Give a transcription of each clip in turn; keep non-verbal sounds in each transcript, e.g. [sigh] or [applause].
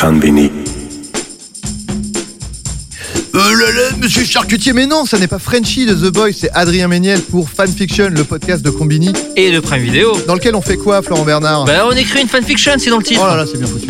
Convini. Euh là là, monsieur charcutier, mais non, ça n'est pas Frenchy de The Boy, c'est Adrien Méniel pour Fanfiction, le podcast de Combini, Et de Prime Vidéo. dans lequel on fait quoi, Florent Bernard Bah on écrit une fanfiction, c'est dans le titre. Oh là là, c'est bien foutu.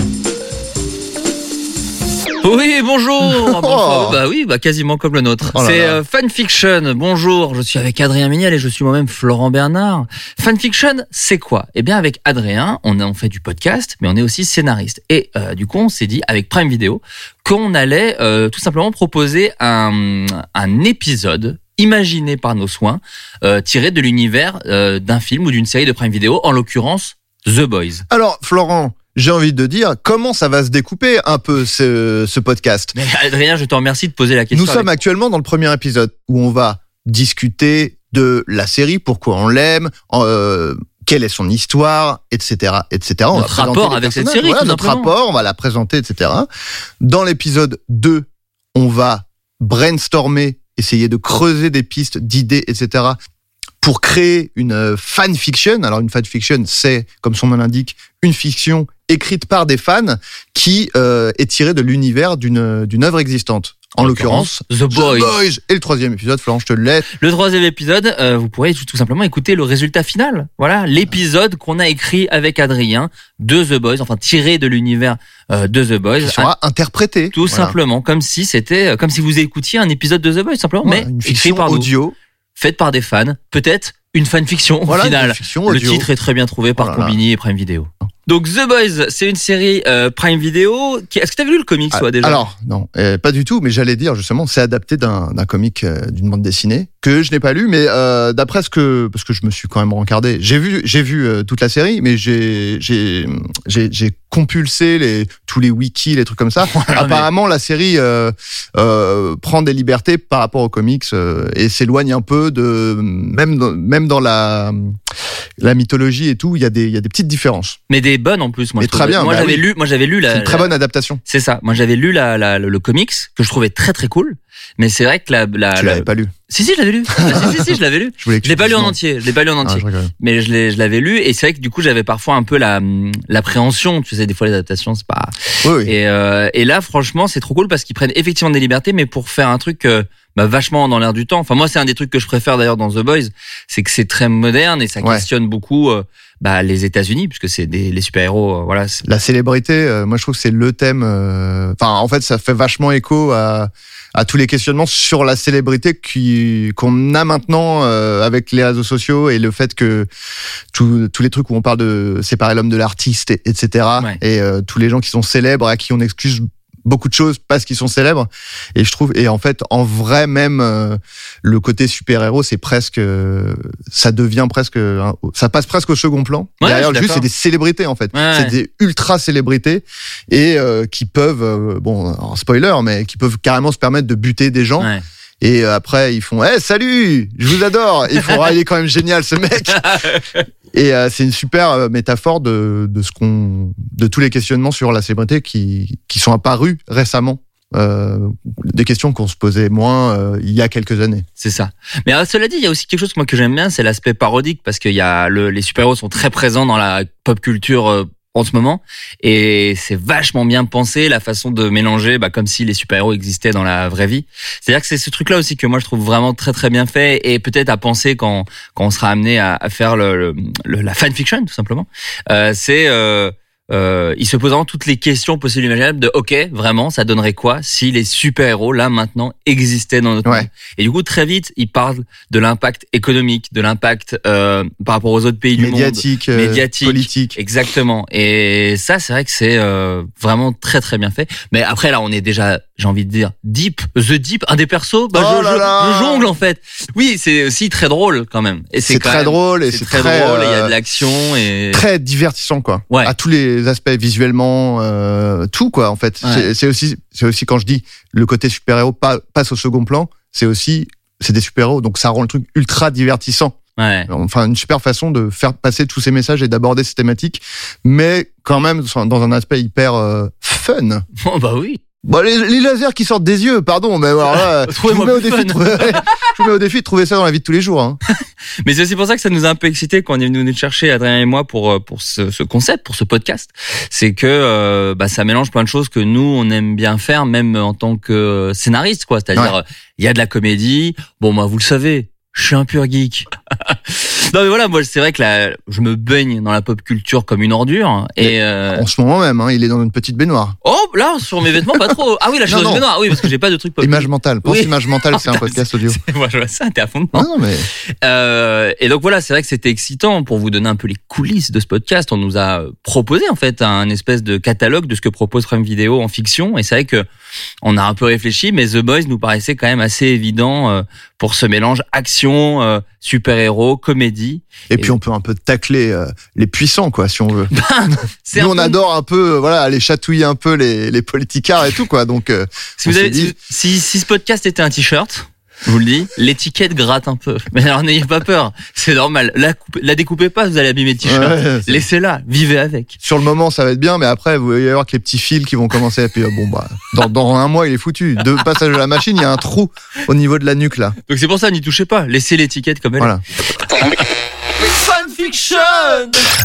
Oui, bonjour. [laughs] Ah, bonsoir. Bah oui, bah quasiment comme le nôtre. Oh là c'est là. euh, fanfiction. Bonjour, je suis avec Adrien Méniel et je suis moi-même Florent Bernard. Fanfiction, c'est quoi Eh bien avec Adrien, on, a- on fait du podcast, mais on est aussi scénariste. Et euh, du coup, on s'est dit avec Prime Video qu'on allait euh, tout simplement proposer un, un épisode imaginé par nos soins, euh, tiré de l'univers euh, d'un film ou d'une série de Prime Video, en l'occurrence The Boys. Alors, Florent, j'ai envie de dire, comment ça va se découper un peu ce, ce podcast Mais Adrien, je te remercie de poser la question. Nous sommes actuellement dans le premier épisode où on va discuter de la série, pourquoi on l'aime, euh, quelle est son histoire, etc., etc. On Notre présenter rapport les avec cette personnages. série, voilà, tout notre simplement. rapport, on va la présenter, etc. Dans l'épisode 2, on va brainstormer, essayer de creuser des pistes, d'idées, etc. pour créer une euh, fanfiction. Alors une fanfiction, c'est, comme son nom l'indique, une fiction écrite par des fans qui euh, est tirée de l'univers d'une euh, d'une œuvre existante. En l'occurrence, The The Boys. Boys. Et le troisième épisode, Florent, je te le laisse. Le troisième épisode, euh, vous pourrez tout tout simplement écouter le résultat final. Voilà, l'épisode qu'on a écrit avec Adrien de The Boys, enfin tiré de l'univers euh, de The Boys. Il Un- sera interprété. tout Voilà. simplement, comme si c'était, euh, comme si vous écoutiez un épisode de The Boys, simplement, Voilà, mais une écrit fiction par nous, audio. faite par des fans, peut-être une fanfiction au Voilà, une final. fiction Le audio. titre est très bien trouvé par Oh là là. Combini et Prime Video. Donc The Boys, c'est une série euh, Prime Video. Qui... Est-ce que t'avais lu le comics, Ah, toi, déjà Alors, non, euh, pas du tout, mais j'allais dire justement, c'est adapté d'un d'un comic, euh, d'une bande dessinée, que je n'ai pas lu, mais euh, d'après ce que. Parce que je me suis quand même rencardé. J'ai vu, j'ai vu euh, toute la série, mais j'ai j'ai- j'ai- j'ai compulsé les, tous les wikis, les trucs comme [laughs] ça. Apparemment, la série euh, euh, prend des libertés par rapport aux comics euh, et s'éloigne un peu de. Même dans, même dans la, la mythologie et tout, il y, a des- il y a des petites différences. Mais des bonnes en plus, moi. Mais je trouve. très bien, Moi bah j'avais oui. lu, moi j'avais lu C'est la. une très Euh, la- bonne adaptation. C'est ça. Moi j'avais lu la, la- le, le comics que je trouvais très très cool. Mais c'est vrai que la. la, tu Ah, la- l'avais pas lu. Si si je [laughs] l'avais lu. Ah, si, si si je l'avais lu. Je voulais que Je l'ai tu pas lu en dises non. entier. Je l'ai pas lu en Ah, entier. je rigole. Mais je l'ai je l'avais lu et c'est vrai que du coup j'avais parfois un peu la hum, l'appréhension. Tu sais des fois les adaptations c'est pas. Oui, oui. Et euh, et là franchement c'est trop cool parce qu'ils prennent effectivement des libertés mais pour faire un truc. euh, bah, vachement dans l'air du temps. Enfin moi c'est un des trucs que je préfère d'ailleurs dans The Boys, c'est que c'est très moderne et ça Ouais. questionne beaucoup euh, bah, les États-Unis puisque c'est des les super-héros euh, voilà, c'est- La célébrité, euh, moi je trouve que c'est le thème. euh, Enfin, en fait, ça fait vachement écho à, à tous les questionnements sur la célébrité qui qu'on a maintenant euh, avec les réseaux sociaux et le fait que tous tous les trucs où on parle de séparer l'homme de l'artiste, et- etc. Ouais. Et euh, tous les gens qui sont célèbres à qui on excuse beaucoup de choses parce qu'ils sont célèbres. Et je trouve, et en fait, en vrai même, euh, le côté super héros, c'est presque, euh, ça devient presque, un- ça passe presque au second plan. Ouais, je Derrière, suis juste d'accord. c'est des célébrités en fait Ouais, c'est ouais. des ultra célébrités et euh, qui peuvent euh, bon alors, spoiler mais qui peuvent carrément se permettre de buter des gens Ouais. et euh, après ils font eh salut je vous adore et ils font Ah, il est quand même génial ce mec [laughs] et euh, c'est une super euh, métaphore de, de ce qu'on de tous les questionnements sur la célébrité qui qui sont apparus récemment euh, des questions qu'on se posait moins euh, il y a quelques années C'est ça. Mais euh, cela dit, il y a aussi quelque chose que moi que j'aime bien, c'est l'aspect parodique parce qu'il y a le, les super-héros sont très présents dans la pop culture euh, en ce moment et c'est vachement bien pensé la façon de mélanger bah, comme si les super-héros existaient dans la vraie vie. C'est-à-dire que c'est ce truc-là aussi que moi je trouve vraiment très très bien fait et peut-être à penser quand quand on sera amené à, à faire le, le- le- la fanfiction tout simplement. Euh, c'est euh, euh, il se posant toutes les questions possibles et imaginables de ok vraiment ça donnerait quoi si les super-héros là maintenant existaient dans notre Ouais. monde et du coup très vite il parle de l'impact économique de l'impact euh, par rapport aux autres pays du monde médiatique, euh, médiatique. politique Exactement. Et ça, c'est vrai que c'est euh, vraiment très très bien fait. Mais après, là, on est déjà, j'ai envie de dire, deep, the deep, un des persos. Bah, Oh je, là je- là je jongle en fait. Oui, c'est aussi très drôle quand même. Et c'est quand très même- drôle et C'est très, drôle. et Il y a de l'action et très divertissant quoi Ouais. à tous les aspects visuellement euh, tout quoi en fait Ouais. C'est- c'est aussi c'est aussi quand je dis le côté super héros passe au second plan c'est aussi c'est des super héros donc ça rend le truc ultra divertissant ouais. [laughs] enfin une super façon de faire passer tous ces messages et d'aborder ces thématiques mais quand même dans un aspect hyper euh, fun Bon, bah oui. Bon, les, les lasers qui sortent des yeux, pardon, mais alors [laughs] là, je vous Trouvez-moi mets au plus défi de fun. trouver- [laughs] je vous mets au défi de trouver ça dans la vie de tous les jours. hein. Mais c'est aussi pour ça que ça nous a un peu excité quand on est venu nous chercher Adrien et moi pour euh, pour ce, ce concept, pour ce podcast, c'est que euh, bah, ça mélange plein de choses que nous on aime bien faire, même en tant que scénariste quoi. C'est-à-dire Ouais. euh, il y a de la comédie. Bon moi vous le savez, je suis un pur geek. [laughs] non mais voilà moi c'est vrai que là je me baigne dans la pop culture comme une ordure et euh, En ce moment même, hein, il est dans une petite baignoire. oh là sur mes vêtements pas trop. Ah oui là je [laughs] suis Non, dans une non. baignoire. oui parce que j'ai pas de truc pop. [laughs] Image mentale. Pense Oui. image mentale, [laughs] c'est un podcast audio. Moi je vois ça t'es à fond de Non, non, mais Euh, et donc voilà, c'est vrai que c'était excitant pour vous donner un peu les coulisses de ce podcast. On nous a euh, proposé en fait un espèce de catalogue de ce que propose Prime Video en fiction. Et c'est vrai que on a un peu réfléchi, mais The Boys nous paraissait quand même assez évident euh, pour ce mélange action, euh, super-héros, comédie. et puis on peut un peu tacler euh, les puissants, quoi, si on veut. C'est Nous, un on peu- adore un peu, euh, voilà, aller chatouiller un peu les, les politicards et tout, quoi. Donc, euh, Si, on vous s'est avez- dit- si, si ce podcast était un t-shirt. Je vous le dis, l'étiquette gratte un peu. [laughs] Mais alors n'ayez pas peur, c'est normal. La, coupe- la découpez pas, vous allez abîmer le t-shirt. ouais, c'est- Laissez-la, vivez avec. sur le moment, ça va être bien, mais après, vous allez voir que les petits fils qui vont commencer. Et puis, euh, bon, bah, dans, dans un mois, il est foutu. Deux passages de la machine, il y a un trou au niveau de la nuque, là. Donc c'est pour ça, n'y touchez pas. Laissez l'étiquette comme elle Voilà. est. Fanfiction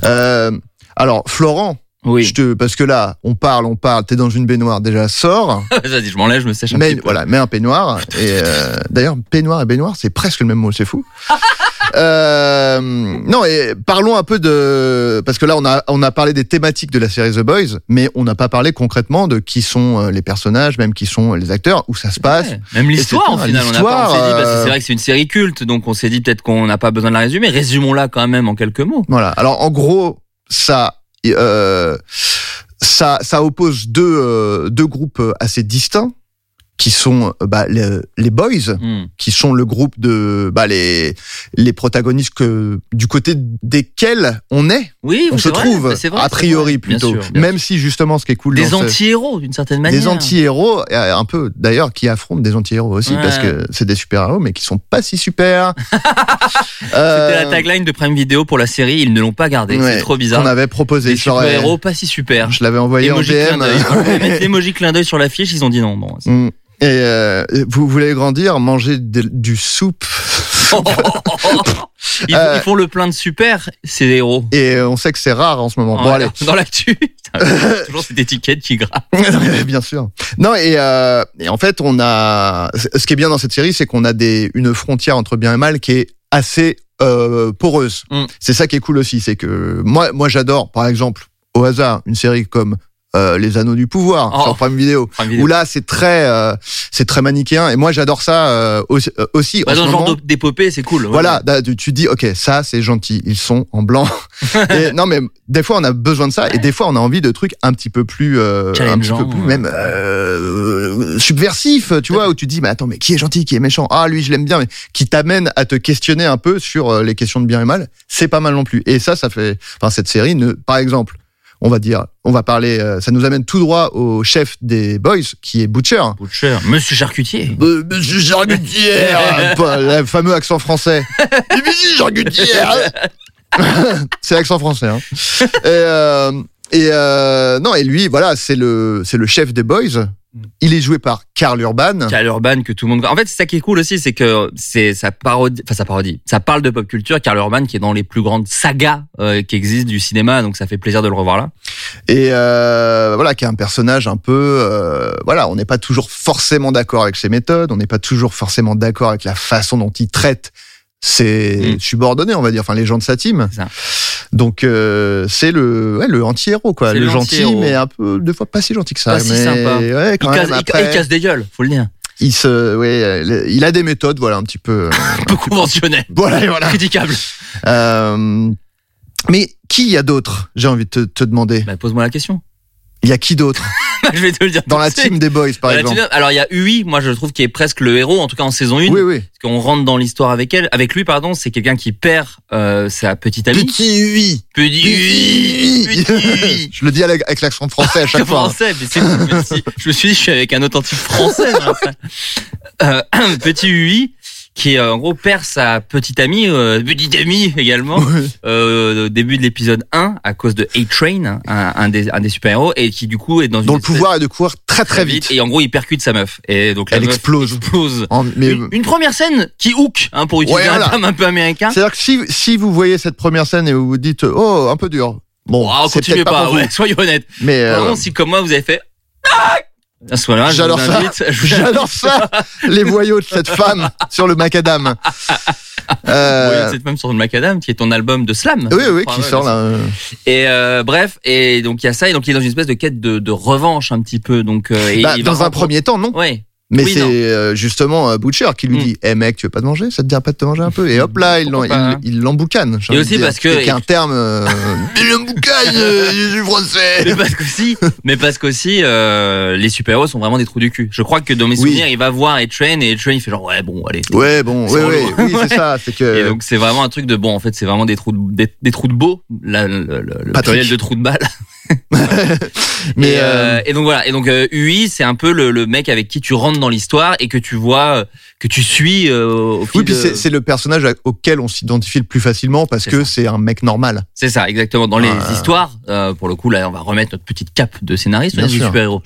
Euh, alors, Florent, je Oui, te, parce que là, on parle, on parle, t'es dans une baignoire, déjà, sors. [laughs] vas-y, je m'enlève, je me sèche un Mais petit peu. voilà, mets un [laughs] peignoir. Et euh, d'ailleurs, peignoir et baignoire, c'est presque le même mot, c'est [laughs] fou. Euh, non, et parlons un peu de parce que là, on a on a parlé des thématiques de la série The Boys, mais on n'a pas parlé concrètement de qui sont euh, les personnages, même qui sont les acteurs, où ça se passe. Ouais, Même l'histoire, au Etc. final, on a pas- on s'est dit, L'histoire, parce que euh, c'est vrai que c'est une série culte, donc on s'est dit peut-être qu'on n'a pas besoin de la résumer. Résumons-la quand même en quelques mots. Voilà. Alors en gros, ça euh, ça ça oppose deux euh, deux groupes assez distincts qui sont euh, bah, les, les Boys. Hmm. qui sont le groupe de bah, les les protagonistes que du côté desquels on est, Oui, on oui, se c'est vrai, trouve c'est vrai, a c'est priori vrai. Bien plutôt. sûr, bien même si justement ce qui est cool sûr. des dans ce- anti-héros, d'une certaine manière. des anti-héros euh, un peu d'ailleurs qui affrontent des anti-héros aussi Ouais. parce que c'est des super-héros mais qui sont pas si [laughs] super. Euh, C'était la tagline de Prime Video pour la série, ils ne l'ont pas gardée. Ouais, c'est trop qu'on bizarre. avait proposé, Des je l'aurais- super-héros pas si super. euh, je l'avais envoyé en Emoji clin DM. [laughs] d'œil. Ils voulaient mettre L'emoji clin d'œil sur l'affiche, ils ont dit non. Bon, c'est- Mm. Et euh, vous voulez grandir, manger de- du soupe. Oh. ils, Euh, ils font le plein de super, ces héros. Et on sait que c'est rare en ce moment. Bon, Ouais, allez, [laughs] Dans l'actu, [laughs] Putain, toujours cette étiquette qui gratte. bien sûr. Non et, euh, et en fait on a ce qui est bien dans cette série c'est qu'on a des une frontière entre bien et mal qui est assez euh, poreuse. Mm. C'est ça qui est cool aussi c'est que moi moi j'adore par exemple au hasard une série comme euh, les Anneaux du pouvoir Oh. sur Prime Video Prime où Video. là c'est très euh, c'est très manichéen et moi j'adore ça euh, aussi, euh, aussi Bah, en dans ce le genre moment. d'op- d'épopée, c'est cool. ouais. Voilà, là, tu tu dis, ok, ça c'est gentil, ils sont en blanc. et, non, mais des fois on a besoin de ça, et des fois on a envie de trucs un petit peu plus, euh, un petit Challengeant, peu plus ouais. même euh, subversif, tu vois, où tu dis, mais attends, mais qui est gentil, qui est méchant, ah lui je l'aime bien, mais qui t'amène à te questionner un peu sur euh, les questions de bien et mal, c'est pas mal non plus. Et ça, ça fait, enfin cette série, ne, par exemple. On va dire, on va parler, euh, ça nous amène tout droit au chef des boys, qui est Butcher. Butcher, Monsieur Charcutier. Euh, Monsieur [laughs] Charcutière Eh, Pas Le fameux accent [laughs] français. Mais Monsieur Charcutière [laughs] C'est l'accent français. Hein. Et, euh, et euh, non, et lui, voilà, c'est le, c'est le chef des boys. Il est joué par Mm. Karl Urban. Karl Urban que tout le monde. En fait, c'est ça qui est cool aussi, c'est que c'est ça parodie, enfin ça parodie, ça parle de pop culture. Karl Urban qui est dans les plus grandes sagas euh, qui existent du cinéma, donc ça fait plaisir de le revoir là. Et euh, voilà, qui est un personnage un peu... euh, voilà, on n'est pas toujours forcément d'accord avec ses méthodes, on n'est pas toujours forcément d'accord avec la façon dont il traite ses Mm. subordonnés, on va dire, enfin les gens de sa team. C'est ça. Donc euh, c'est le, ouais, le anti-héros, quoi. C'est Le, le gentil, anti-héros. mais un peu, des fois pas si gentil que ça. Pas si mais sympa. ouais, Il quand casse, même, il- après, il casse des gueules, faut [laughs] le dire. il se, ouais, euh, il a des méthodes, voilà, un petit [laughs] peu... euh, Un peu conventionnel, voilà, et voilà. critiquable. Euh, mais qui y a d'autres, j'ai envie de te, te demander Bah, pose-moi la question. [laughs] Il y a qui d'autre Je vais te le dire. Dans tout [laughs] la de suite. team des boys, par Dans la exemple team- Alors il y a Ui, moi je trouve qui est presque le héros, en tout cas en saison 1 Oui, oui. parce qu'on rentre dans l'histoire avec elle, avec lui pardon, c'est quelqu'un qui perd euh, sa petite amie. Petit oui. Petit- [laughs] Petit- [laughs] Je le dis avec avec l'accent français à [laughs] chaque fois. français, mais c'est- mais si- je me suis dit, je suis avec un authentique français. hein, ça. Euh, [clears throat] petit UI qui euh, en gros perd sa petite amie, euh, petite amie [laughs] également, euh, au début de l'épisode 1 à cause de A-Train, un, un des, un des super-héros, et qui du coup est dans une dont le espèce- pouvoir est de courir très très vite. Et en gros, il percute sa meuf. Et donc la Elle meuf explose. explose. En- mais Une, une première scène qui hook, hein, pour utiliser Ouais, un voilà. terme un peu américain. c'est-à-dire que si, si vous voyez cette première scène et vous vous dites oh un peu dur, bon, Oh, c'est continuez peut-être pas, pas, pour ouais, vous. soyez honnête. Mais euh, Vraiment, si comme moi vous avez fait Ah à ce moment-là, je J'adore vous ça. Euh, invite. je [laughs] vous [laughs] invite j'adore ça, les voyaux de cette femme sur le [laughs] macadam. à Euh, envoyer cette même sur le Macadam, qui est ton album de slam. oui, Je oui, crois, qui ouais, sort là. euh, Et euh, bref, et donc il y a ça, et donc il est dans une espèce de quête de, de revanche un petit peu. Donc euh, et bah, il va dans un rencontrer- premier temps, non. Ouais. Mais Oui, c'est non. euh, justement euh, Butcher qui lui Mm. dit Eh mec, tu veux pas te manger Ça te dirait pas de te manger un peu Et hop là, il l'en- Pourquoi pas, hein. il- il l'emboucane. j'ai envie Et de aussi dire. parce que- C'est qu'il y a un terme. [laughs] euh, Il l'emboucane, euh, je suis français [laughs] Mais parce qu'aussi, mais parce qu'aussi, euh, les super-héros sont vraiment des trous du cul. Je crois que dans mes Oui. souvenirs, il va voir et Train et Train il fait genre ouais bon allez. Ouais, bon, Ils ouais, sont ouais, lourds. oui, Ouais. c'est ça. C'est [laughs] Et que. donc c'est vraiment un truc de bon en fait c'est vraiment des trous de, des, des trous de beau la, le, le- le Patrick. pluriel de trous de balle Mais. et, euh, euh, et donc voilà et donc euh, UI c'est un peu le, le mec avec qui tu rentres dans l'histoire et que tu vois euh, que tu suis euh, au fil Oui, puis de- c'est c'est le personnage auquel on s'identifie le plus facilement parce C'est que c'est un mec normal. C'est ça, exactement. Dans les Ah. histoires, euh, pour le coup, là, on va remettre notre petite cape de scénariste, on Bien est des sûr. super-héros.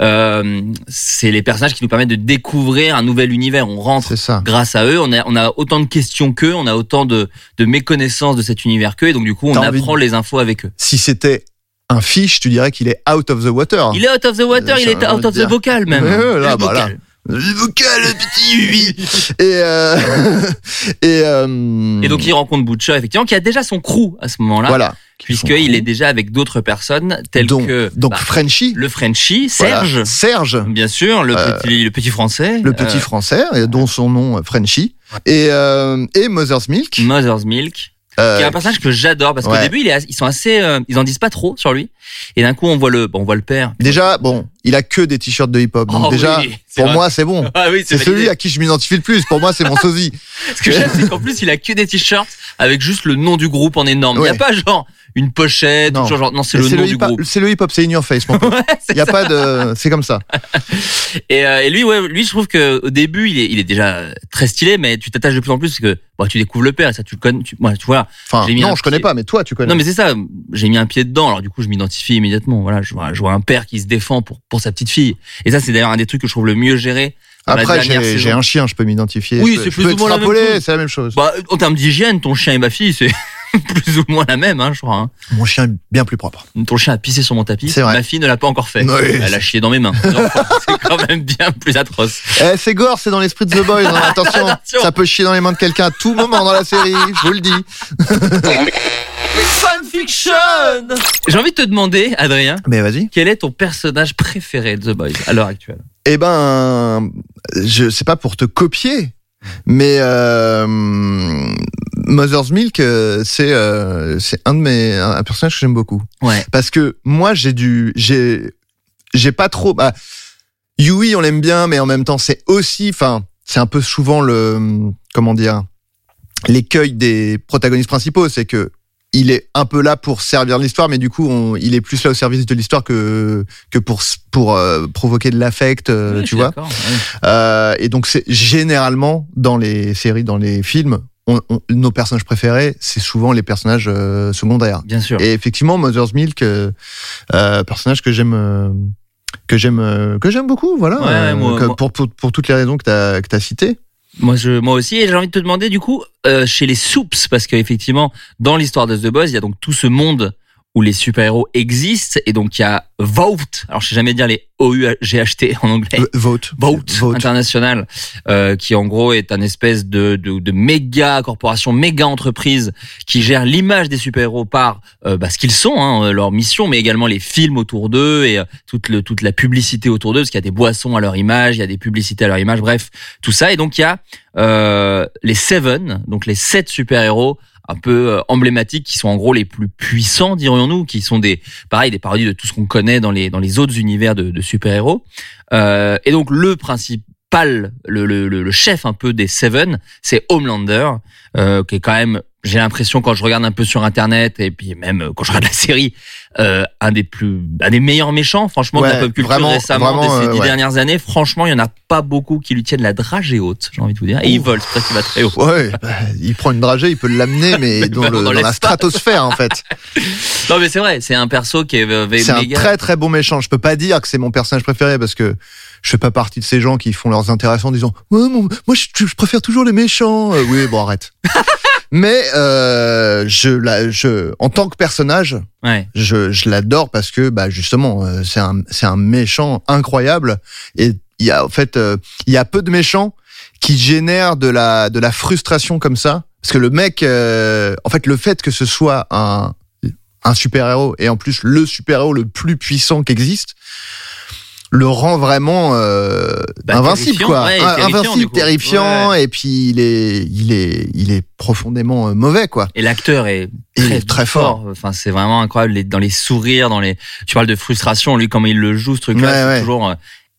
Euh, c'est les personnages qui nous permettent de découvrir un nouvel univers. On rentre C'est ça. grâce à eux, on a, on a autant de questions qu'eux, on a autant de, de méconnaissances de cet univers qu'eux, et donc du coup, on T'as envie apprend les infos avec eux. Si c'était un fiche, tu dirais qu'il est out of the water. Il est out of the water, Euh, il ça est veut out of dire- the vocal même. Ouais, ouais, là, bah, Le vocal. Le vocal, le petit oui. Et euh, [laughs] et euh, Et donc il rencontre Butcher, effectivement, qui a déjà son crew à ce moment-là, voilà. puisqu'il est déjà avec d'autres personnes, telles donc, que donc bah, Frenchy, le Frenchie, voilà. Serge, Serge, bien sûr, le, Euh, petit, le petit français. le euh, petit français, et dont son nom euh, Frenchy, et euh, et Mother's Milk, Mother's Milk, euh, qui est un personnage que j'adore parce qu'au ouais. début il est as- ils sont assez, euh, ils en disent pas trop sur lui. Et d'un coup on voit le, bon, on voit le père. déjà bon, il a que des t-shirts de hip-hop. Donc Oh déjà, oui, c'est pour vrai. moi, c'est bon. [laughs] Ah oui, C'est validé. celui à qui je m'identifie le plus. Pour moi, [laughs] c'est mon sosie. Ce que j'aime, c'est qu'en plus il a que des t-shirts avec juste le nom du groupe en énorme. Il y a Ouais. pas genre une pochette, Non. ou genre non, c'est Mais le c'est nom le du hip-hop- groupe. c'est le hip-hop, c'est in your face. Mon pote. Ouais, c'est Il y a ça. pas de, c'est comme ça. et, euh, et lui, ouais, lui, je trouve que au début, il est, il est déjà très stylé, mais tu t'attaches de plus en plus parce que bon, tu découvres le père, et ça, tu le connais, tu, ouais, tu vois. Enfin, J'ai mis un non, je connais petit- pas, mais toi, tu connais. Non, mais c'est ça. J'ai mis un pied dedans, alors du coup, je m'identifie immédiatement. Voilà, je vois, je vois un père qui se défend pour pour sa petite fille. Et ça, c'est d'ailleurs un des trucs que je trouve le mieux géré. dans la Après, dernière j'ai- saison. j'ai un chien, je peux m'identifier. Oui, Je peux- c'est je plus peux ou moins la même extrapoler, chose. C'est la même chose. Bah, en termes d'hygiène, ton chien et ma fille, c'est [laughs] plus ou moins la même, hein, je crois. hein. Mon chien est bien plus propre. Ton chien a pissé sur mon tapis. C'est vrai. Ma fille ne l'a pas encore fait. Oui. Elle a chié dans mes mains. plusieurs [laughs] fois. c'est quand même bien plus atroce. Eh, c'est gore, c'est dans l'esprit de The Boys. hein. Attention, Attention. ça peut chier dans les mains de quelqu'un à tout moment dans la série, je vous le dis. Fanfiction. J'ai envie de te demander, Adrien, Mais vas-y. quel est ton personnage préféré de The Boys à l'heure actuelle Eh ben, je sais pas pour te copier, mais euh, Mother's Milk, euh, c'est euh, c'est un de mes un un personnage que j'aime beaucoup Ouais. parce que moi j'ai du j'ai j'ai pas trop. Bah, Yui, on l'aime bien, mais en même temps c'est aussi, enfin, c'est un peu souvent le comment dire l'écueil des protagonistes principaux, c'est que il est un peu là pour servir l'histoire, mais du coup, on- il est plus là au service de l'histoire que que pour s- pour euh, provoquer de l'affect, euh, Ouais, je tu suis vois. d'accord, ouais. Euh, et donc, c'est généralement dans les séries, dans les films, on- on- nos personnages préférés, c'est souvent les personnages euh, secondaires. Bien sûr. Et effectivement, Mother's Milk, euh, euh, personnage que j'aime. euh, que j'aime euh, que j'aime beaucoup voilà Ouais, ouais, euh, moi- que- moi- Pour, pour pour toutes les raisons que t'as que t'as citées Moi, je, moi aussi, et j'ai envie de te demander du coup, euh, chez les soups, parce qu'effectivement, dans l'histoire de The Boys, il y a donc tout ce monde où les super-héros existent, et donc il y a Vote, alors je sais jamais dire les O-U-G-H-T en anglais, Euh, vote Eh, Vote, [laughs] vote international, euh, qui en gros est un espèce de, de, de méga corporation, méga entreprise qui gère l'image des super-héros par euh, bah, ce qu'ils sont, hein, euh, leur mission, mais également les films autour d'eux et euh, toute, le, toute la publicité autour d'eux, parce qu'il y a des boissons à leur image, il y a des publicités à leur image, bref, tout ça. Et donc il y a euh, les Seven, donc les sept super-héros un peu euh, emblématiques qui sont en gros les plus puissants dirions-nous qui sont des pareil des parodies de tout ce qu'on connaît dans les dans les autres univers de, de super-héros euh, et donc le principal, le, le, le le chef un peu des Seven, c'est Homelander, euh, qui est quand même j'ai l'impression quand je regarde un peu sur internet et puis même quand je regarde la série euh, un des plus un des meilleurs méchants franchement de Ouais, la pop culture vraiment, récemment vraiment, des ces euh, dix ouais. dernières années franchement il y en a pas beaucoup qui lui tiennent la dragée haute j'ai envie de vous dire et ils Ouh. volent c'est vrai qu'il va très haut Ouais, bah, il prend une dragée, il peut l'amener, [laughs] mais dans, bah, le- on dans laisse la pas. stratosphère en [laughs] fait. non mais c'est vrai c'est un perso qui est, euh, C'est un méga- très très bon méchant. Je peux pas dire que c'est mon personnage préféré parce que je fais pas partie de ces gens qui font leurs intéressants en disant ouais, mon- moi je, je préfère toujours les méchants. Euh, oui, bon arrête. [laughs] mais euh, je, la, je, en tant que personnage, ouais je, je l'adore parce que bah justement euh, c'est un c'est un méchant incroyable et il y a en fait euh, il y a peu de méchants qui génèrent de la de la frustration comme ça parce que le mec euh, en fait le fait que ce soit un un super héros et en plus le super héros le plus puissant qui existe le rend vraiment euh, Bah, invincible terrifiant, quoi ouais, et Un- terrifiant, du invincible coup. terrifiant et puis il est il est il est profondément euh, mauvais quoi et l'acteur est Il très, est très fort. enfin c'est vraiment incroyable les- dans les sourires dans les tu parles de frustration lui comment il le joue ce truc là Ouais, c'est ouais. toujours euh,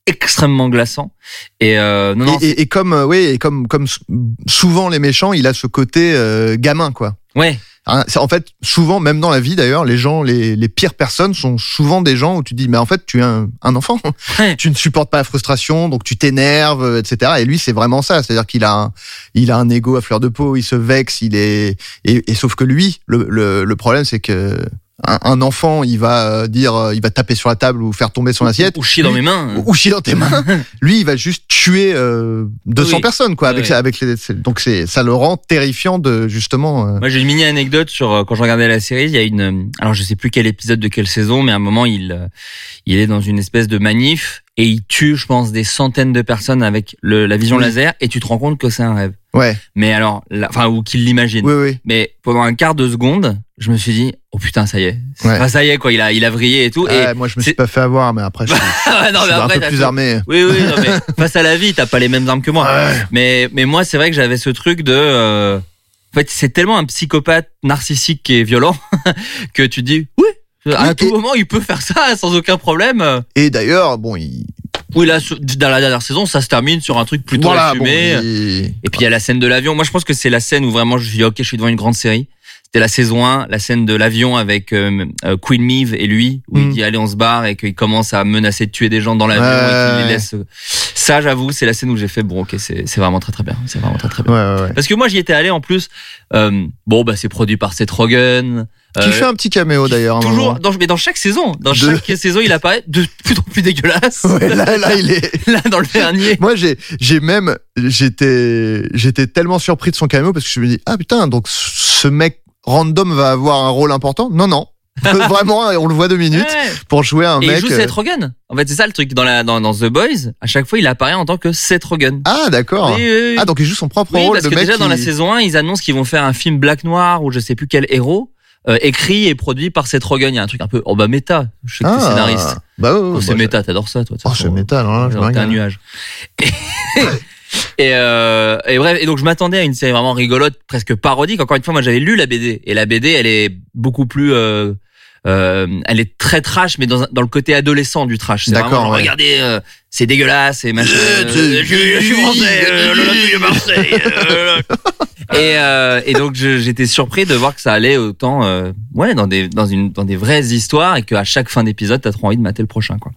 extrêmement glaçant et euh, non non et, et- et comme euh, oui, et comme comme sou- souvent les méchants, il a ce côté euh, gamin quoi. ouais Hein, c'est- en fait, souvent, même dans la vie d'ailleurs, les gens, les, les pires personnes sont souvent des gens où tu te dis, mais en fait, tu es un, un enfant, [laughs] Ouais. tu ne supportes pas la frustration, donc tu t'énerves, euh, etc. Et lui, c'est vraiment ça, c'est-à-dire qu'il a, un, il a un ego à fleur de peau, il se vexe, il est, et, et sauf que lui, le, le, le problème, c'est que un, un enfant, il va euh, dire, euh, il va taper sur la table ou faire tomber son assiette ou chier dans Lui- mes mains ou chier dans tes [laughs] mains. Lui, il va juste tuer euh, 200 Oui. personnes, quoi. Avec, Oui. ça- avec les, c'est- donc c'est, ça le rend terrifiant de justement. euh, Moi, j'ai une mini anecdote sur euh, quand je regardais la série. Il y a une, euh, alors je sais plus quel épisode de quelle saison, mais à un moment il, euh, il est dans une espèce de manif et il tue, je pense, des centaines de personnes avec le, la vision Oui. laser. Et tu te rends compte que c'est un rêve. Ouais. Mais alors, la- enfin, ou qu'il l'imagine. Oui, oui. Mais pendant un quart de seconde, je me suis dit, oh putain, ça y est. Ouais. Enfin, ça y est, quoi. Il a, il a vrillé et tout. Et Ouais, moi, je me suis c'est- pas fait avoir, mais après, je, suis- [laughs] Ah, non, je mais suis après, un peu t'as plus tout- armé. Oui, oui, [laughs] non, mais face à la vie, t'as pas les mêmes armes que moi. Ouais. Mais, mais moi, c'est vrai que j'avais ce truc de. euh, en fait, c'est tellement un psychopathe narcissique et violent [laughs] que tu te dis oui. À Oui, tout Ah, et- moment, il peut faire ça sans aucun problème. Et d'ailleurs, bon, il, Oui, là, sur- dans la dernière saison, ça se termine sur un truc plutôt voilà, bon, assumé. il- Et puis, il y a la scène de l'avion. Moi, je pense que c'est la scène où vraiment je me suis dit, OK, je suis devant une grande série. C'était la saison 1, la scène de l'avion avec euh, euh, Queen Meave et lui, où il Mm. dit, allez, on se barre, et qu'il commence à menacer de tuer des gens dans l'avion, et Ouais, qu'il ouais. les laisse. euh. Ça, j'avoue, c'est la scène où j'ai fait, bon, OK, c'est c'est vraiment très très bien. C'est vraiment très très bien. ouais, ouais, ouais. Parce que moi, j'y étais allé en plus. Euh, bon, bah, c'est produit par Seth Rogen. Qui Euh, fait un petit caméo d'ailleurs. à un toujours, moment. [laughs] dans, mais dans chaque saison, dans De- chaque saison, il apparaît de plus en plus dégueulasse. Ouais, là, là, il est. [laughs] Là, dans le dernier. Moi, j'ai, j'ai même, j'étais, j'étais tellement surpris de son caméo parce que je me dis, ah putain, donc ce mec random va avoir un rôle important Non, [laughs] non. Vraiment, on le voit deux minutes Ouais. pour jouer un Et mec. il joue euh, Seth Rogen. En fait, c'est ça le truc. Dans, la, dans, dans The Boys, à chaque fois, il apparaît en tant que Seth Rogen. Ah, d'accord. Oui, oui, oui. Ah, donc il joue son propre Oui, rôle parce de que mec. déjà, dans la qui- saison 1, ils annoncent qu'ils vont faire un film Black Noir ou je sais plus quel héros, euh, écrit et produit par Seth Rogen. Il y a un truc un peu, oh bah méta. Je sais que Ah, t'es scénariste. Bah ouais, ouais, Oh, bah, c'est je- méta, t'adores ça, toi. de toute Oh, façon. c'est métal, hein, je Genre, t'es un regarde. nuage. Et, et, [laughs] euh, et bref, et donc je m'attendais à une série vraiment rigolote, presque parodique. Encore une fois, moi j'avais lu la BD et la BD, elle est beaucoup plus, euh, euh, elle est très trash, mais dans, un- dans le côté adolescent du trash. C'est D'accord, vraiment, genre, ouais. Regardez, euh, c'est dégueulasse et machin. Euh, Euh, tu- oui, euh, le lundi de Marseille. euh, [laughs] et, euh, et donc je- j'étais surpris de voir que ça allait autant, euh, ouais, dans des dans une dans des vraies histoires et qu'à chaque fin d'épisode, t'as trop envie de mater le prochain, quoi.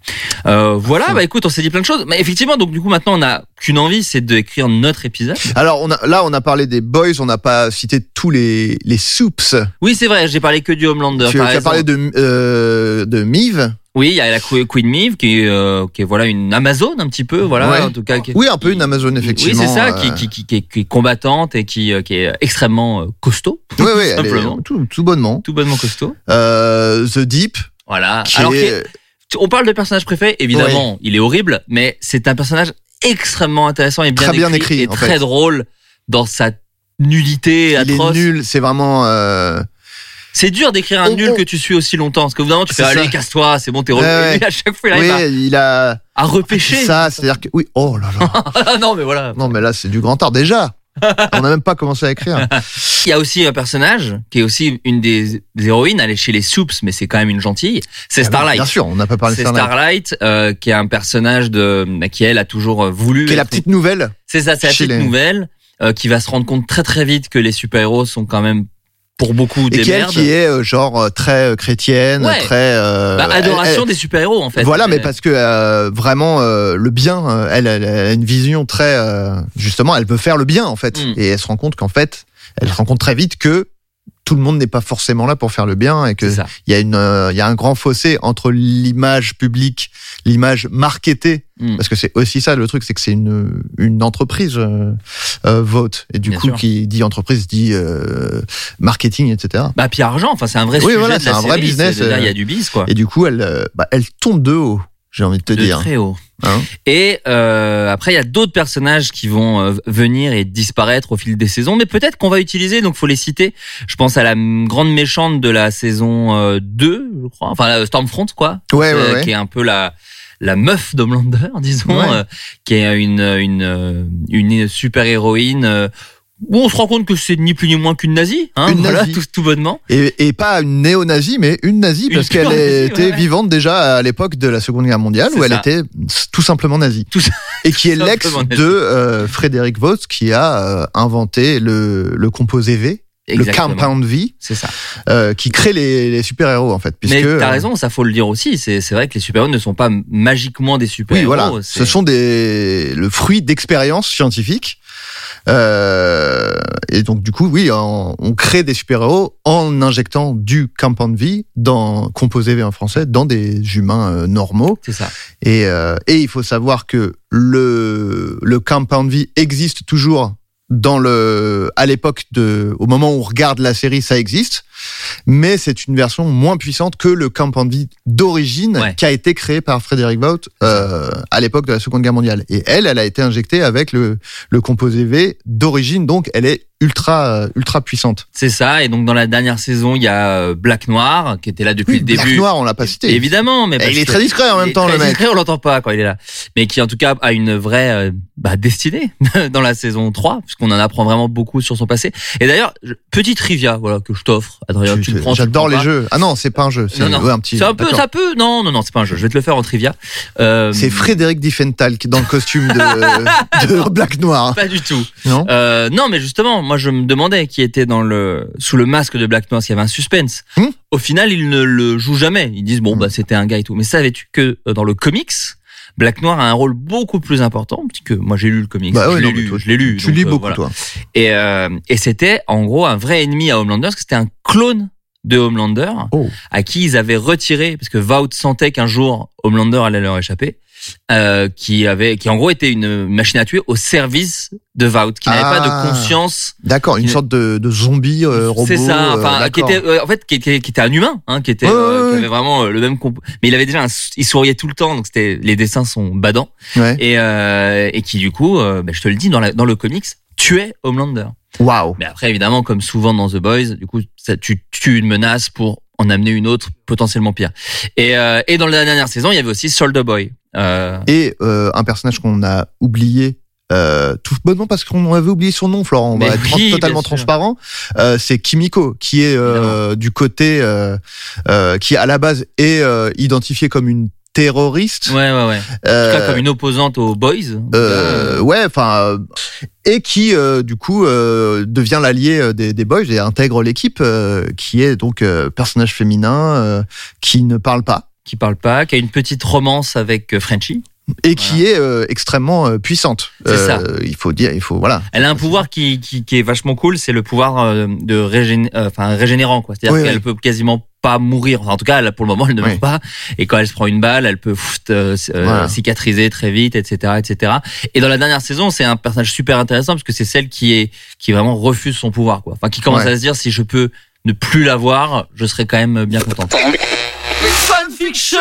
Euh, voilà, fond. bah écoute, on s'est dit plein de choses. Mais effectivement, donc du coup, maintenant, on a qu'une envie, c'est d'écrire notre épisode. Alors on a, là, on a parlé des boys, on n'a pas cité tous les, les soups. Oui, c'est vrai, j'ai parlé que du Homelander. tu tu par as exemple. parlé de, euh, de Mive. Oui, il y a la Queen Queen Meave qui est, euh, qui est voilà une Amazon un petit peu, voilà Ouais. en tout cas. Qui, Oui, un peu une Amazon, Oui, effectivement. c'est ça, euh, qui, qui, qui, qui est, qui est combattante et qui, euh, qui est extrêmement euh, costaud, [laughs] ouais, ouais, elle est- Simplement. tout, tout bonnement. tout bonnement costaud. Euh, The Deep, Voilà. qui Ah, Alors, est... qui- on parle de personnage préféré, évidemment, il est horrible, mais c'est un personnage extrêmement intéressant et bien, Très bien écrit, et en très fait. drôle dans sa nudité il est atroce. nul, c'est vraiment... euh, C'est dur d'écrire un On- nul on- que tu suis aussi longtemps, parce que évidemment tu fais oh. C'est ça. allez casse-toi, c'est bon t'es Ouais, relou. ouais. Et lui, [laughs] à chaque fois il Oui, arrive il [laughs] a... à, à repêcher. Ça, c'est-à-dire que... Oui, oh là là. Ah [laughs] non mais voilà. non, mais là, c'est du grand art, [laughs] déjà. on n'a même pas commencé à écrire. Il y a aussi un personnage qui est aussi une des, des héroïnes, elle est chez les Soups, mais c'est quand même une gentille. C'est Starlight. Ah Bien sûr, on n'a pas parlé de C'est Starlight. Starlight euh, qui est un personnage de qui elle a toujours euh, voulu. Qui est la être- petite nouvelle C'est ça, c'est la chez petite les- nouvelle euh, qui va se rendre compte très très vite que les super héros sont quand même pour beaucoup Et des qui, elle, merdes. qui est euh, genre euh, très euh, chrétienne, Ouais. très euh, Bah, elle- adoration elle- des super-héros en fait. Voilà, mais Euh, parce que euh, vraiment euh, le bien, euh, elle, elle a une vision très euh, justement, elle peut faire le bien en fait, Mm. et elle se rend compte qu'en fait, elle se rend compte très vite que tout le monde n'est pas forcément là pour faire le bien et que c'est ça. il y a une euh, il y a un grand fossé entre l'image publique, l'image marketée Mm. parce que c'est aussi ça le truc c'est que c'est une une entreprise euh, euh, vote et du Bien coup sûr. qui dit entreprise dit euh, marketing etc. Bah puis argent, enfin c'est un vrai Oui, sujet voilà, de c'est la un vrai série, business, c'est de dire, euh, Il y a du bis quoi. Et du coup elle euh, bah, elle tombe de haut, j'ai envie de te de dire. très haut. Hein Et euh, après, il y a d'autres personnages qui vont euh, venir et disparaître au fil des saisons, mais peut-être qu'on va utiliser, donc faut les citer. Je pense à la m- grande méchante de la saison euh, 2, je crois, enfin la Stormfront, quoi, Eh Ouais ouais euh, ouais. qui est un peu la la meuf d'Homelander, [laughs] disons, Ouais. euh, qui est une une euh, une super héroïne. euh, où on se rend compte que c'est ni plus ni moins qu'une nazie, hein, Une voilà, nazie. tout, tout bonnement. Et, et pas une néo-nazie, mais une nazie, Une parce pure qu'elle nazie, était ouais, ouais. vivante déjà à l'époque de la Seconde Guerre mondiale, C'est où elle ça. était tout simplement nazie. Tout ça- et qui est tout l'ex simplement de nazie. euh, Frédéric Vos, qui a euh, inventé le, le composé V, Exactement. le compound V, C'est ça. euh, qui crée les, les super-héros, en fait. Puisque, Mais t'as euh, raison, ça faut le dire aussi. C'est c'est vrai que les super-héros ne sont pas magiquement des Oui, super-héros. voilà. c'est- Ce sont des le fruit d'expériences scientifiques. Euh, et donc du coup, oui, en- on crée des super-héros en injectant du compound V dans composé V en français dans des humains euh, normaux. C'est ça. Et, euh, et il faut savoir que le le compound V existe toujours dans le à l'époque de au moment où on regarde la série, ça existe. Mais c'est une version moins puissante que le compound V d'origine Ouais. qui a été créé par Frédéric Vaut euh, à l'époque de la Seconde Guerre mondiale. Et elle, elle a été injectée avec le, le composé V d'origine, donc elle est ultra euh, ultra puissante. C'est ça. Et donc, dans la dernière saison, il y a euh, Black Noir, qui était là depuis Oui, le Black début. Noir, on l'a pas cité. Évidemment, mais Et parce il est que- très discret en il même est temps, très le mec. discret, on l'entend pas quand il est là. Mais qui, en tout cas, a une vraie euh, bah, destinée [laughs] dans la saison 3, puisqu'on en apprend vraiment beaucoup sur son passé. Et d'ailleurs, je- petite trivia, voilà, que je t'offre, Adrien. Tu- tu tu- le prends, tu le J'adore prends les pas. jeux. Ah non, c'est pas un jeu. C'est non. ouais, un petit. C'est un peu, d'accord. ça peut. Non, non, non, c'est pas un jeu. Je vais te le faire en trivia. Euh, C'est Frédéric Diffenthal qui est dans le costume [laughs] de, de Black Noir. Pas du tout. Ah. Non Euh, non, mais justement, moi je me demandais qui était dans le sous le masque de Black Noir, s'il y avait un suspense. Hmm. Au final, ils ne le jouent jamais. Ils disent bon Hmm. bah c'était un gars et tout. Mais savais-tu que euh, dans le comics, Black Noir a un rôle beaucoup plus important parce que moi j'ai lu le comics, Bah ouais, je non, l'ai mais lu, toi, je l'ai lu. Tu donc, lis euh, beaucoup, voilà. toi. Et euh, et c'était en gros un vrai ennemi à Homelander, parce que c'était un clone de Homelander Oh. à qui ils avaient retiré parce que Vaut sentait qu'un jour Homelander allait leur échapper. Euh, qui avait, qui en gros était une machine à tuer au service de Vaut, qui n'avait pas Ah. de conscience D'accord, une Il- sorte de, de zombie euh, robot. c'est ça, euh, enfin, qui d'accord. était, euh, en fait, qui était, qui était un humain, hein, qui était, Ouais, euh, ouais, qui ouais. avait vraiment euh, le même comp- mais il avait déjà, un sou- il souriait tout le temps, donc c'était, les dessins sont badants, Ouais. et euh, et qui du coup, euh, ben, je te le dis dans la, dans le comics, tuait Homelander. Waouh. Mais après, évidemment, comme souvent dans The Boys, du coup, ça, tu tues une menace pour en amener une autre potentiellement pire. Et euh, et dans la dernière saison, il y avait aussi Soldier Boy. Euh, Et euh, un personnage qu'on a oublié. Euh, tout bonnement parce qu'on avait oublié son nom, Florent. On Mais va être oui, trans- bien totalement sûr. transparent. Euh, c'est Kimiko qui est euh, du côté euh, euh, qui à la base est euh, identifiée comme une terroriste. ouais, ouais, ouais. En tout cas, Euh, comme une opposante aux Boys. Euh, ouais, enfin, euh, et qui euh, du coup euh, devient l'allié euh, des, des boys et intègre l'équipe, euh, qui est donc euh, personnage féminin euh, qui ne parle pas qui parle pas, qui a une petite romance avec euh, Frenchie. et qui est euh, extrêmement euh, puissante. Euh, C'est ça. Il faut dire, il faut voilà. Elle a un pouvoir qui, qui, qui est vachement cool, c'est le pouvoir euh, de régén... euh, enfin, régénérant, quoi. C'est-à-dire Oui, qu'elle oui. peut quasiment pas mourir. Enfin, en tout cas, elle, pour le moment, elle ne meurt Oui. pas. Et quand elle se prend une balle, elle peut pff, euh, c- euh, Voilà. cicatriser très vite, etc., etc. Et dans la dernière saison, c'est un personnage super intéressant parce que c'est celle qui est qui vraiment refuse son pouvoir, quoi. Enfin, qui commence Ouais. à se dire si je peux ne plus l'avoir, je serais quand même bien contente. Fanfiction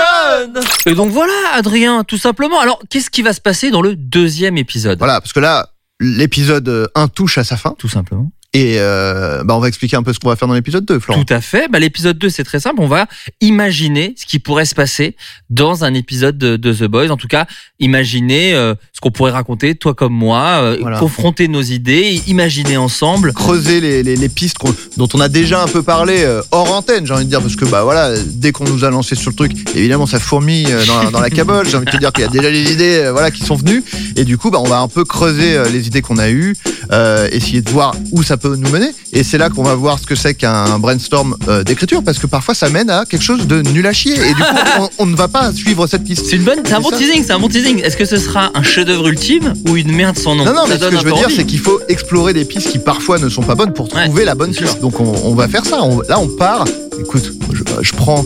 Et donc voilà, Adrien, tout simplement. Alors, qu'est-ce qui va se passer dans le deuxième épisode Voilà, parce que là, l'épisode 1 touche à sa fin Tout simplement. et euh, bah, on va expliquer un peu ce qu'on va faire dans l'épisode 2, Florent. Tout à fait. Bah, l'épisode 2, c'est très simple. On va imaginer ce qui pourrait se passer dans un épisode de, de The Boys. En tout cas, imaginer euh, ce qu'on pourrait raconter, toi comme moi, euh, Voilà. confronter nos idées, imaginer ensemble. creuser les, les, les pistes qu'on- dont on a déjà un peu parlé euh, hors antenne, j'ai envie de dire, parce que bah voilà, dès qu'on nous a lancé sur le truc, évidemment ça fourmille euh, dans, la- dans la cabole. J'ai envie de te dire qu'il y a déjà les idées, euh, voilà, qui sont venues, et du coup bah on va un peu creuser euh, les idées qu'on a eues, euh, essayer de voir où ça peut nous mener. Et c'est là qu'on va voir ce que c'est qu'un brainstorm euh, d'écriture, parce que parfois ça mène à quelque chose de nul à chier. Et du [laughs] coup, on, on ne va pas suivre cette piste. C'est une bonne, c'est un bon ça. teasing, c'est un bon teasing. Est-ce que ce sera un chef-d'œuvre ultime ou une merde sans nom Non, non, Ça mais ce donne que un je veux peu dire, envie. c'est qu'il faut explorer des pistes qui parfois ne sont pas bonnes pour Ouais, trouver la bonne c'est sûr. piste. Donc on, on va faire ça. On- là, on part. Écoute, je, je prends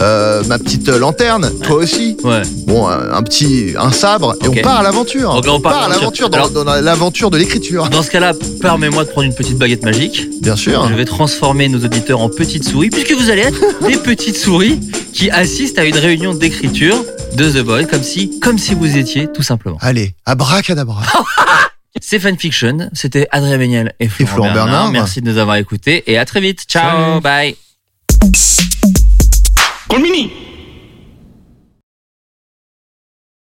euh, ma petite lanterne, toi aussi. Ouais. Bon, un, un petit, un sabre, et Ok. on part à l'aventure. Ok, on part à à l'aventure. l'aventure, dans, dans Alors- l'aventure de l'écriture. Dans ce cas-là, permets-moi de prendre une petite baguette magique. Bien sûr. Je vais transformer nos auditeurs en petites souris, puisque vous allez être des petites souris qui assistent à une réunion d'écriture de The Boy, comme si, comme si vous étiez, tout simplement. Allez, abracadabra. C'est Fanfiction, c'était Adrien Méniel et Florent, Florent Bernard. Bernard. Merci de nous avoir écoutés et à très vite. Salut. Ciao, bye. Colmini